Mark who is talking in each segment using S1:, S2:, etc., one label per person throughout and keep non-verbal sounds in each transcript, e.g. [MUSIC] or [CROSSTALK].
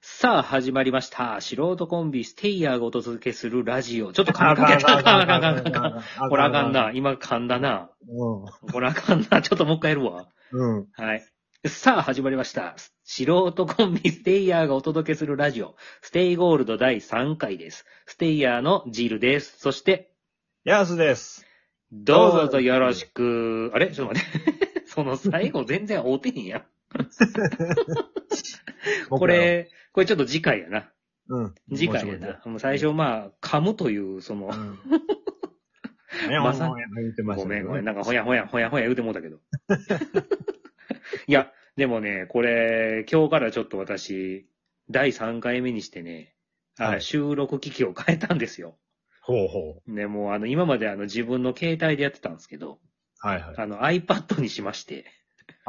S1: さあ、始まりました。素人コンビ、ステイヤーがお届けするラジオ。ちょっ [LAUGHS] と
S2: あ
S1: 噛んだ。あかんあかんあかんあかん。
S2: ん
S1: これあかん。な。今噛んだな。
S2: う
S1: これあかんな。ちょっともう一回やるわ。
S2: ん。うん。
S1: はい。さあ、始まりました。素人コンビ、ステイヤーがお届けするラジオ。ステイゴールド第3回です。ステイヤーのジルです。そして、
S2: ヤースです。
S1: どうぞとよろしく。あれちょっと待って。 [LAUGHS] その最後全然合うてへんやん。これ、これちょっと次回やな。
S2: 僕らは、うん。
S1: 次回やな。もう最初まあ、噛むという、その
S2: う、ん。ね、
S1: まさに
S2: ほんまや言ってまし
S1: ご
S2: た
S1: め
S2: け
S1: ん
S2: ど
S1: ごめん。
S2: ね。
S1: なんかほやほやほやほや言うてもうたけど。 [LAUGHS] いや、でもね、これ、今日からちょっと私、第3回目にしてね、あの
S2: はい
S1: 収録機器を変えたんですよ。
S2: ほうほう。
S1: ね、もうあの、今まであの自分の携帯でやってたんですけど、
S2: はいは
S1: あの iPad にしまして、
S2: い。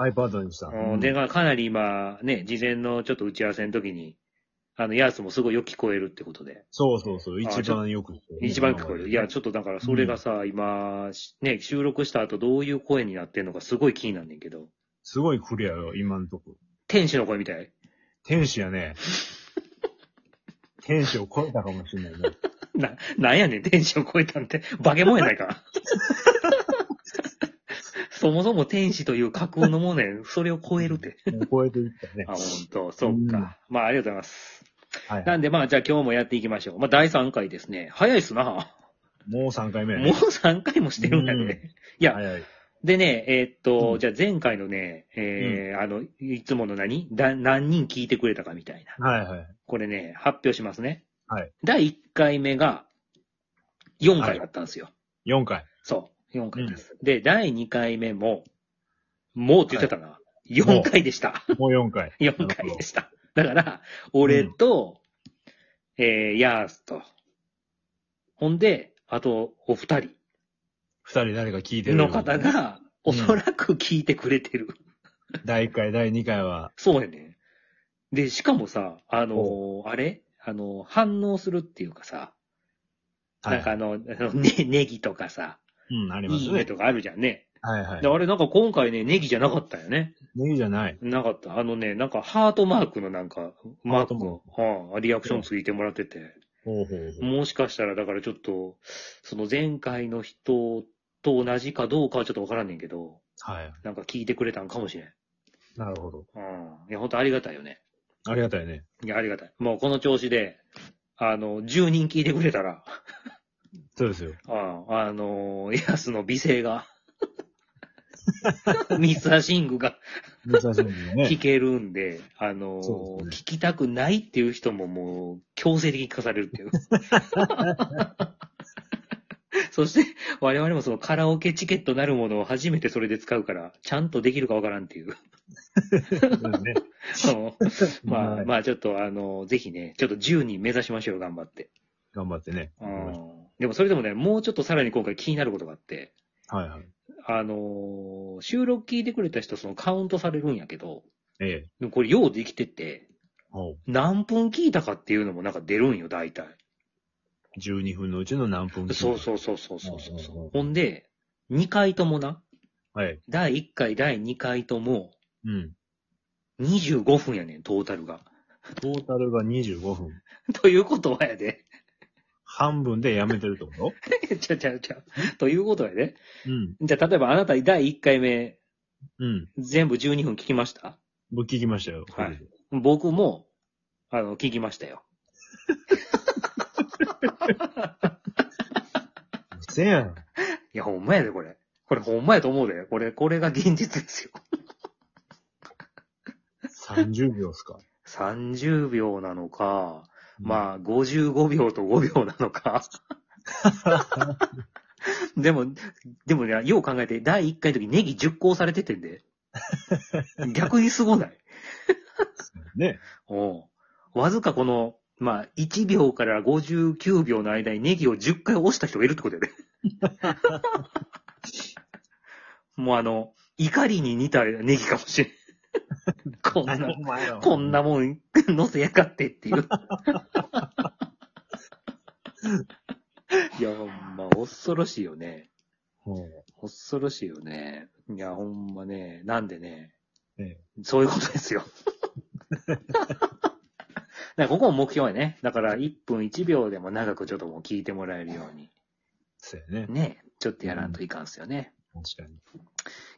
S2: iPad にした。
S1: うん、で、かなり今、ね、事前のちょっと打ち合わせの時に、あの、ヤースもすごいよく聞こえるってことで。
S2: そうそうそう。
S1: あ
S2: 一番よく聞こえる。
S1: 一番聞こえる。いや、ちょっとだからそれがさ、今、しね、収録した後どういう声になってんのかすごい気になんねんけど。
S2: すごいクリアよ、今んとこ。
S1: 天使の声みたい。
S2: 天使や
S1: [LAUGHS]
S2: ね。天使を超えたかもしれないね。
S1: な、なんやねん、天使を超えたんて。化け物やない
S2: [LAUGHS]
S1: か。そもそも天使という架空のものやんそれを超えるって。
S2: もう超えていったね
S1: あ、。ほんと、そうか。まあ、ありがとうございます。
S2: はいは。
S1: ないんで、まあ、じゃあ今日もやっていきましょう。まあ、第3回ですね。早いっすな。
S2: もう3回目や
S1: もう
S2: ね。
S1: 3回もしてるんだ
S2: うん
S1: ね。いや、
S2: 早い。
S1: でね、えーっと、
S2: うん
S1: じゃあ前回のね、えーあの、いつもの何だ何人聞いてくれたかみたいな。
S2: はいはい。
S1: これね、発表しますね。
S2: はい。
S1: 第1回目が、4回だったんですよ。
S2: 4回。
S1: そう。4回です、で、第2回目も、もうって言ってたな。
S2: もう
S1: 4回でした。。
S2: もう4回
S1: 4回でした。だから、俺と、えー、ヤースと、ほんで、あと、お二人
S2: 2人誰か聞いてる
S1: の方が、
S2: う
S1: お
S2: ん
S1: そらく聞いてくれてる。
S2: 第1回、第2回は、
S1: そうやね。で、しかもさ、あのーあれあのー反応するっていうかさ、
S2: はい
S1: なんかあの、あのね、ネギとかさ、
S2: うん、あります
S1: いいね
S2: ね。
S1: とかあるじゃんね。
S2: はいは
S1: で、
S2: い。
S1: あれなんか今回ね、ネギじゃなかったよね。
S2: ネギじゃない。
S1: なかった。あのね、なんかハートマークのなんか、マークの、はいリアクションついてもらってて。
S2: ほうほうほう。
S1: もしかしたらだからちょっと、その前回の人と同じかどうかはちょっとわからんねんけど、
S2: はい。
S1: なんか聞いてくれたんかもしれん。
S2: なるほど。
S1: うん。いや、ほんとありがたいよね。
S2: ありがたいね。
S1: いや、ありがたい。もうこの調子で、あの、10人聞いてくれたら、
S2: そうですよ。
S1: ああの、ヤスの美声 [LAUGHS] が、ミスターシングが
S2: 難しいんだよね。
S1: [LAUGHS] 聞けるんで、あの、
S2: そうで
S1: 聞きたくないっていう人ももう強制的に聞かされるって
S2: [LAUGHS]
S1: いう。そして、我々もそのカラオケチケットなるものを初めてそれで使うから、ちゃんとできるかわからんって
S2: [LAUGHS]
S1: いう。
S2: そうですね。
S1: うんま
S2: は
S1: あ、
S2: い
S1: まあちょっとあの、ぜひね、ちょっと10人目指しましょう、頑張って。
S2: 頑張ってね。は
S1: でもそれでもね、もうちょっとさらに今回気になることがあって、
S2: いはい。
S1: あのー収録聞いてくれた人そのカウントされるんやけど、
S2: ええ。
S1: でもこれようできてて、
S2: ほう。
S1: 何分聞いたかっていうのもなんか出るんよ、大体。
S2: 12分のうちの何分
S1: そう
S2: う。
S1: そうそうそうそうそう
S2: うんうんうん
S1: ほんで、2回ともな、
S2: はい。
S1: 第1回、第2回とも、
S2: うん。
S1: 25分やねん、トータルが。
S2: トータルが25分。
S1: [LAUGHS] ということはやで。 [LAUGHS]
S2: 半分でやめてるってこと
S1: ちゃちゃちゃ。ということやで。
S2: うん。
S1: じゃあ、例えばあなた第1回目、
S2: うん。
S1: 全部12分聞きました
S2: 僕聞きましたよ。
S1: はい僕も、あの、聞きましたよ。
S2: せやん。
S1: いや、ほんまやで、これ。これほんまやと思うで。これ、これが現実ですよ。
S2: 30秒っすか。
S1: 30秒なのか、
S2: あ。
S1: まあ、55秒と5秒なのか。でも、でもね、よう考えて、第1回の時ネギ10個押されててんで。逆にすごない。
S2: ね。
S1: おうわずかこの、まあ、1秒から59秒の間にネギを10回押した人がいるってことやね。もうあの、怒りに似たネギかもしれん。こんな、こんな。もん乗せやがってっていう。 [LAUGHS] いや、ほんま、恐ろしいよね。
S2: ほう
S1: 恐ろしいよね。いや、ほんまね、なんでね、
S2: ええ [LAUGHS]
S1: そういうことですよ。からここも目標やね。だから1分1秒でも長くちょっともう聞いてもらえるように。
S2: そうやね。
S1: ね。ちょっとやらんといかんすよね。
S2: 確かに。
S1: い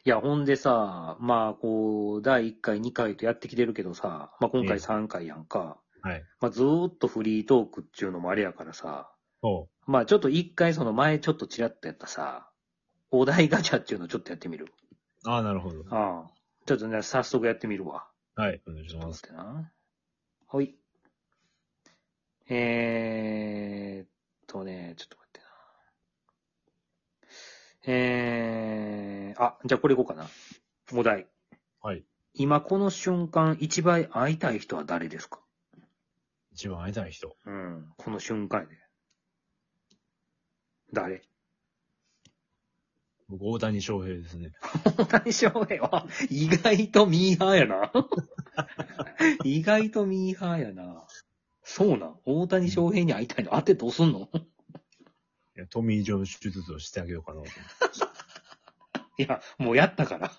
S1: や、ほんでさ、まあこう、第1回、2回とやってきてるけどさ、まあ今
S2: ええ
S1: 回3回やんか。
S2: はい。
S1: まあずーっとフリートークっちゅうのもあれやからさ、
S2: そ
S1: まあちょっと一回その前ちょっとちらっとやったさ、お題ガチャっていうのちょっとやってみる。
S2: う。ああ、なるほど。
S1: ああ。ちょっとね、早速やってみるわ。
S2: はい。お願い
S1: ち
S2: し
S1: ょっと
S2: ま
S1: 待っ
S2: す。
S1: てな。ほい。えーっとね、ちょっと待ってな。えー、あ、じゃあこれいこうかな。お題。
S2: はい。
S1: 今この瞬間一番会いたい人は誰ですか
S2: 一番会いたい人。
S1: うん。この瞬間やで。誰
S2: 僕、大谷翔平ですね。
S1: 大谷翔平は、意外とミーハーやな。意外とミーハーやな。そうなん。大谷翔平に会いたいの。会ってどうすんの
S2: いやトミー・ジョン手術をしてあげようかなと思って。
S1: いや、もうやったから。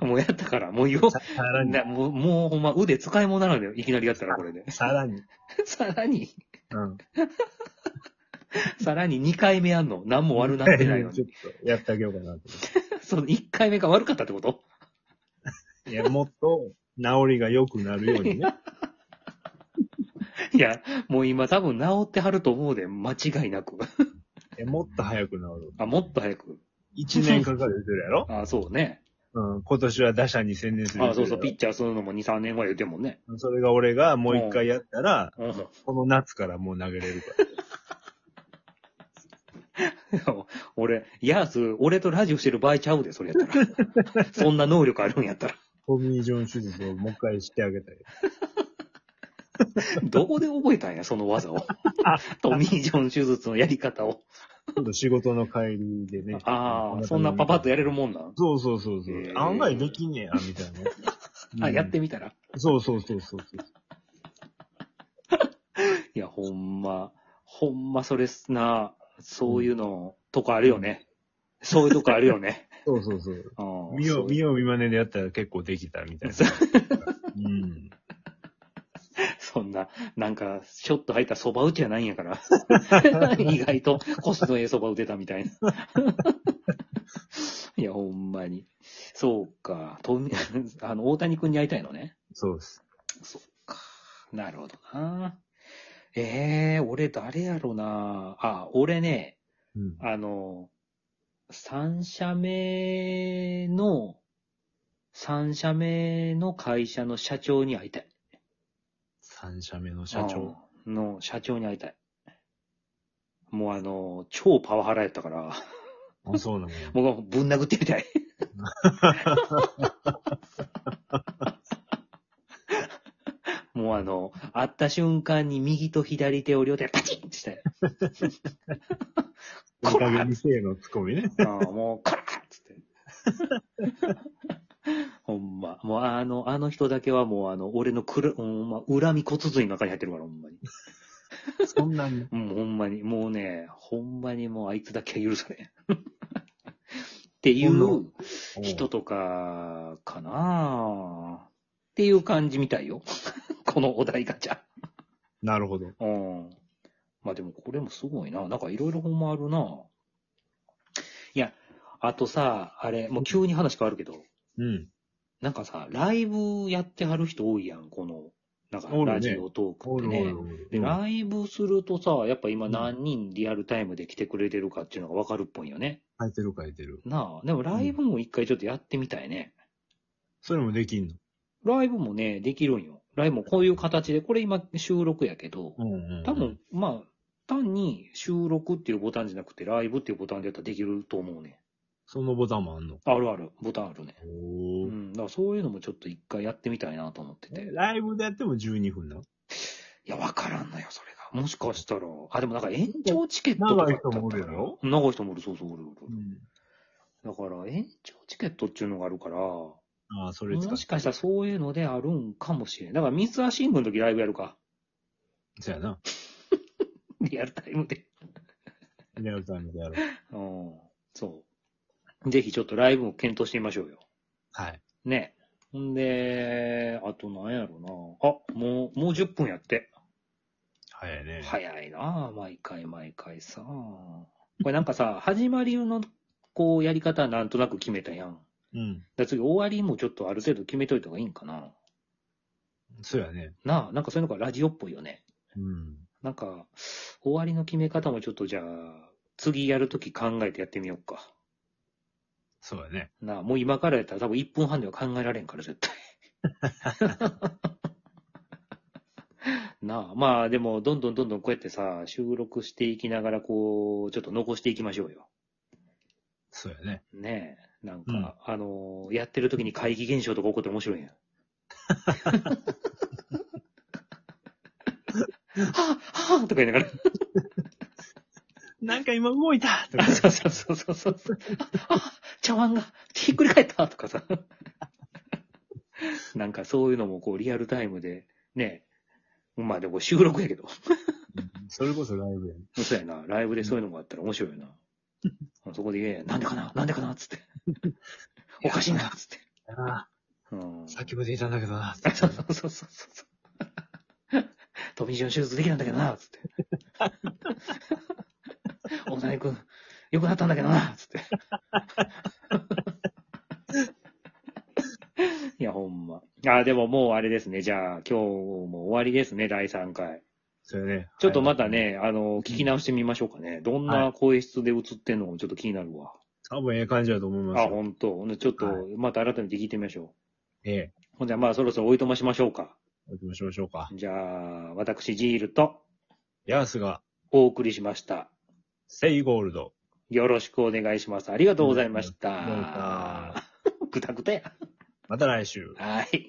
S1: もうやったから。もう言おう。
S2: さらに、。
S1: なもう、もうほんま腕使い物なのよ。いきなりやったらこれで
S2: さらに。
S1: さらに、
S2: うん。
S1: さらに2回目やんの。何も悪なってないの
S2: [LAUGHS] ちょ
S1: に
S2: っ。と、やってあげようかなと思っ
S1: その1回目が悪かったってこと
S2: て。いや、もっと、治りが良くなるように
S1: [LAUGHS]
S2: ね。
S1: いや、もう今多分治ってはると思うで。間違いなく。
S2: いやもっと早く治る。
S1: あ、もっと早く。
S2: 一年かかるってる
S1: [LAUGHS]
S2: やろ
S1: あ、そうね。
S2: うん。今年は打者に専念する。
S1: あ、そうそう。ピッ。チャーするのも2、3年は言うてんもんね。
S2: それが俺がもう一回やったら、
S1: うん。
S2: この夏からもう投げれるから。
S1: 俺、ヤース、俺とラジオしてる場合ちゃうで、それやった [LAUGHS] ら。そんな能力あるんやったら。
S2: トミー・ジョン手術をもう一回してあげたい。
S1: どこで覚えたんや、その技を。トミー・ジョン手術のやり方を。
S2: 今度仕事の帰りでね。
S1: ああ、そんなパパッとやれるもんなん。
S2: そうそうそうそう
S1: へ。ー。
S2: 案外できんねや、みたい
S1: [LAUGHS]
S2: な
S1: あ、やってみたら。
S2: うん。そうそうそうそうそう。
S1: いや、ほんま、ほんまそれっすな、そういうの、とかあるよね。そういうとこあるよ [LAUGHS] ね。
S2: そうそうそう。
S1: うん
S2: 見よう、見
S1: よ
S2: よう見まねでやったら結構できたみたいな。うん。
S1: そんな、なんか、ショット入ったそば打ちやないんやから。意外と、コスのええそば打てたみたいな。 [LAUGHS] いや、ほんまに。そうか。と [LAUGHS] あの、大谷君に会いたいのね。
S2: そうです。
S1: なるほどな。ええ俺誰やろな。あ、俺ね、
S2: うん。
S1: あの、三社目の、三社目の会社の社長に会いたい。
S2: 三社目の社長。
S1: うんの社長に会いたい。もうあの、超パワハラやったから、 [LAUGHS]
S2: あ、そうなの。
S1: もうぶん殴ってみたい。もうあの、会った瞬間に右と左手を両手でパチンってして、
S2: [LAUGHS] いい加減にせえのツッコミね。
S1: あーもう、カラッつって。 [LAUGHS] ほんま。もうあの、あの人だけはもうあの、俺のくる、ほんま、恨み骨髄の中に入ってるから、ほんまに。
S2: そんなに。
S1: もうほんまに、もうね、ほんまにもうあいつだけは許さねえ。 [LAUGHS] っていう人とか、かなあっていう感じみたいよ。 [LAUGHS] このお題ガチャ。
S2: なるほど。
S1: うん。まあでもこれもすごいな。なんかいろいろほんまあるな。いや、あとさ、あれ、もう急に話変わるけど、
S2: うん。
S1: なんかさ、ライブやってはる人多いやん、この、なんか
S2: おるね
S1: ラジオトークってね。で、ライブするとさ、やっぱ今何人リアルタイムで来てくれてるかっていうのがわかるっぽいよね。
S2: 書いてる書いてる。
S1: なあ、でもライブも一回ちょっとやってみたいね。
S2: それもできんの。
S1: ライブもね、できるんよ。ライブもこういう形で、これ今収録やけど、
S2: うんうん。
S1: 多分、まあ、単に収録っていうボタンじゃなくて、ライブっていうボタンでやったらできると思うね。
S2: そのボタンもあんの。
S1: あるある、ボタンあるね。う
S2: おー
S1: ん、だからそういうのもちょっと一回やってみたいなと思ってて。
S2: え
S1: い
S2: ライブでやっても12分なの
S1: や、わからんのよ、それが。もしかしたら、あ、でもなんか延長チケットとか
S2: 長い人もおるやろ
S1: 長い人もおる、そうそう、おるおる。
S2: うん。
S1: だから、延長チケットっていうのがあるから、も
S2: ああ、それ使って
S1: しかしたらそういうのであるんかもしれん。だから、ミツアシングの時ライブやるか。 [LAUGHS]
S2: そうやな。
S1: リアルタイムで。
S2: リアルタイムでやろう。
S1: うん。そう。ぜひちょっとライブも検討してみましょうよ。
S2: はい。
S1: ね。ほんで、あとなんやろな。あ、もう、もう10分やって。
S2: 早いね。い。
S1: 早いなあ毎回毎回さ。これなんかさ、 [LAUGHS] 始まりの、こう、やり方はなんとなく決めたやん。だか
S2: うん。
S1: ら次終わりもちょっとある程度決めといた方がいいんかな。
S2: そうやね。
S1: なあ、なんかそういうのがラジオっぽいよね。
S2: うん。
S1: なんか、終わりの決め方もちょっとじゃあ、次やるとき考えてやってみようか。
S2: そうやね。
S1: なあ、もう今からやったら多分1分半では考えられんから、絶
S2: [LAUGHS]
S1: 対。なあ、まあでも、どんどんどんどんこうやってさ、収録していきながら、こう、ちょっと残していきましょうよ。
S2: そうやね。
S1: ねえ。なん
S2: うん
S1: か、あのーやってる時に怪奇現象とか起こって面白いん
S2: [LAUGHS]
S1: や。はぁ、はぁとか言いながら。
S2: なんか今動いたとか。
S1: そうそうそうそうそう。あ、茶碗がひっくり返ったとかさ。 [LAUGHS] なんかそういうのもこうリアルタイムで、ね。まあでも収録やけど。
S2: [LAUGHS] それこそライブやね。
S1: そうやな。ライブでそういうのがあったら面白いよな。そこで、いやいやなんでかななんでかなっ [LAUGHS] つって。おかしいなっつって。
S2: あ
S1: うん
S2: あ、。さっきも出たんだけどな。
S1: そうそうそうそうそう。トミー・ジョン手術できたんだけどな、つって。大谷君、良くなったんだけどな、つって。 [LAUGHS] いや、ほんま。あ、でももうあれですね。じゃあ、今日も終わりですね、第3回。
S2: そうやね。
S1: ちょっとまた。ね、あの、聞き直してみましょうかね。どんな声質で映ってんのもちょっと気になるわ。
S2: 多分ええ感じだと思います
S1: あ、
S2: よ。
S1: ほんと。ほんでちょっと
S2: は、
S1: また改めて聞いてみましょ
S2: ええ。
S1: う。ほんじゃ、まあそろそろおいとましましょうか。
S2: おきましょうしょうか。
S1: じゃあ、私、ジールと
S2: ヤースが、
S1: お送りしました。
S2: セイゴールド。
S1: よろしくお願いします。ありがとうございまし
S2: どう
S1: [LAUGHS]
S2: も
S1: た。ぐたぐたや。
S2: また来週。
S1: はい。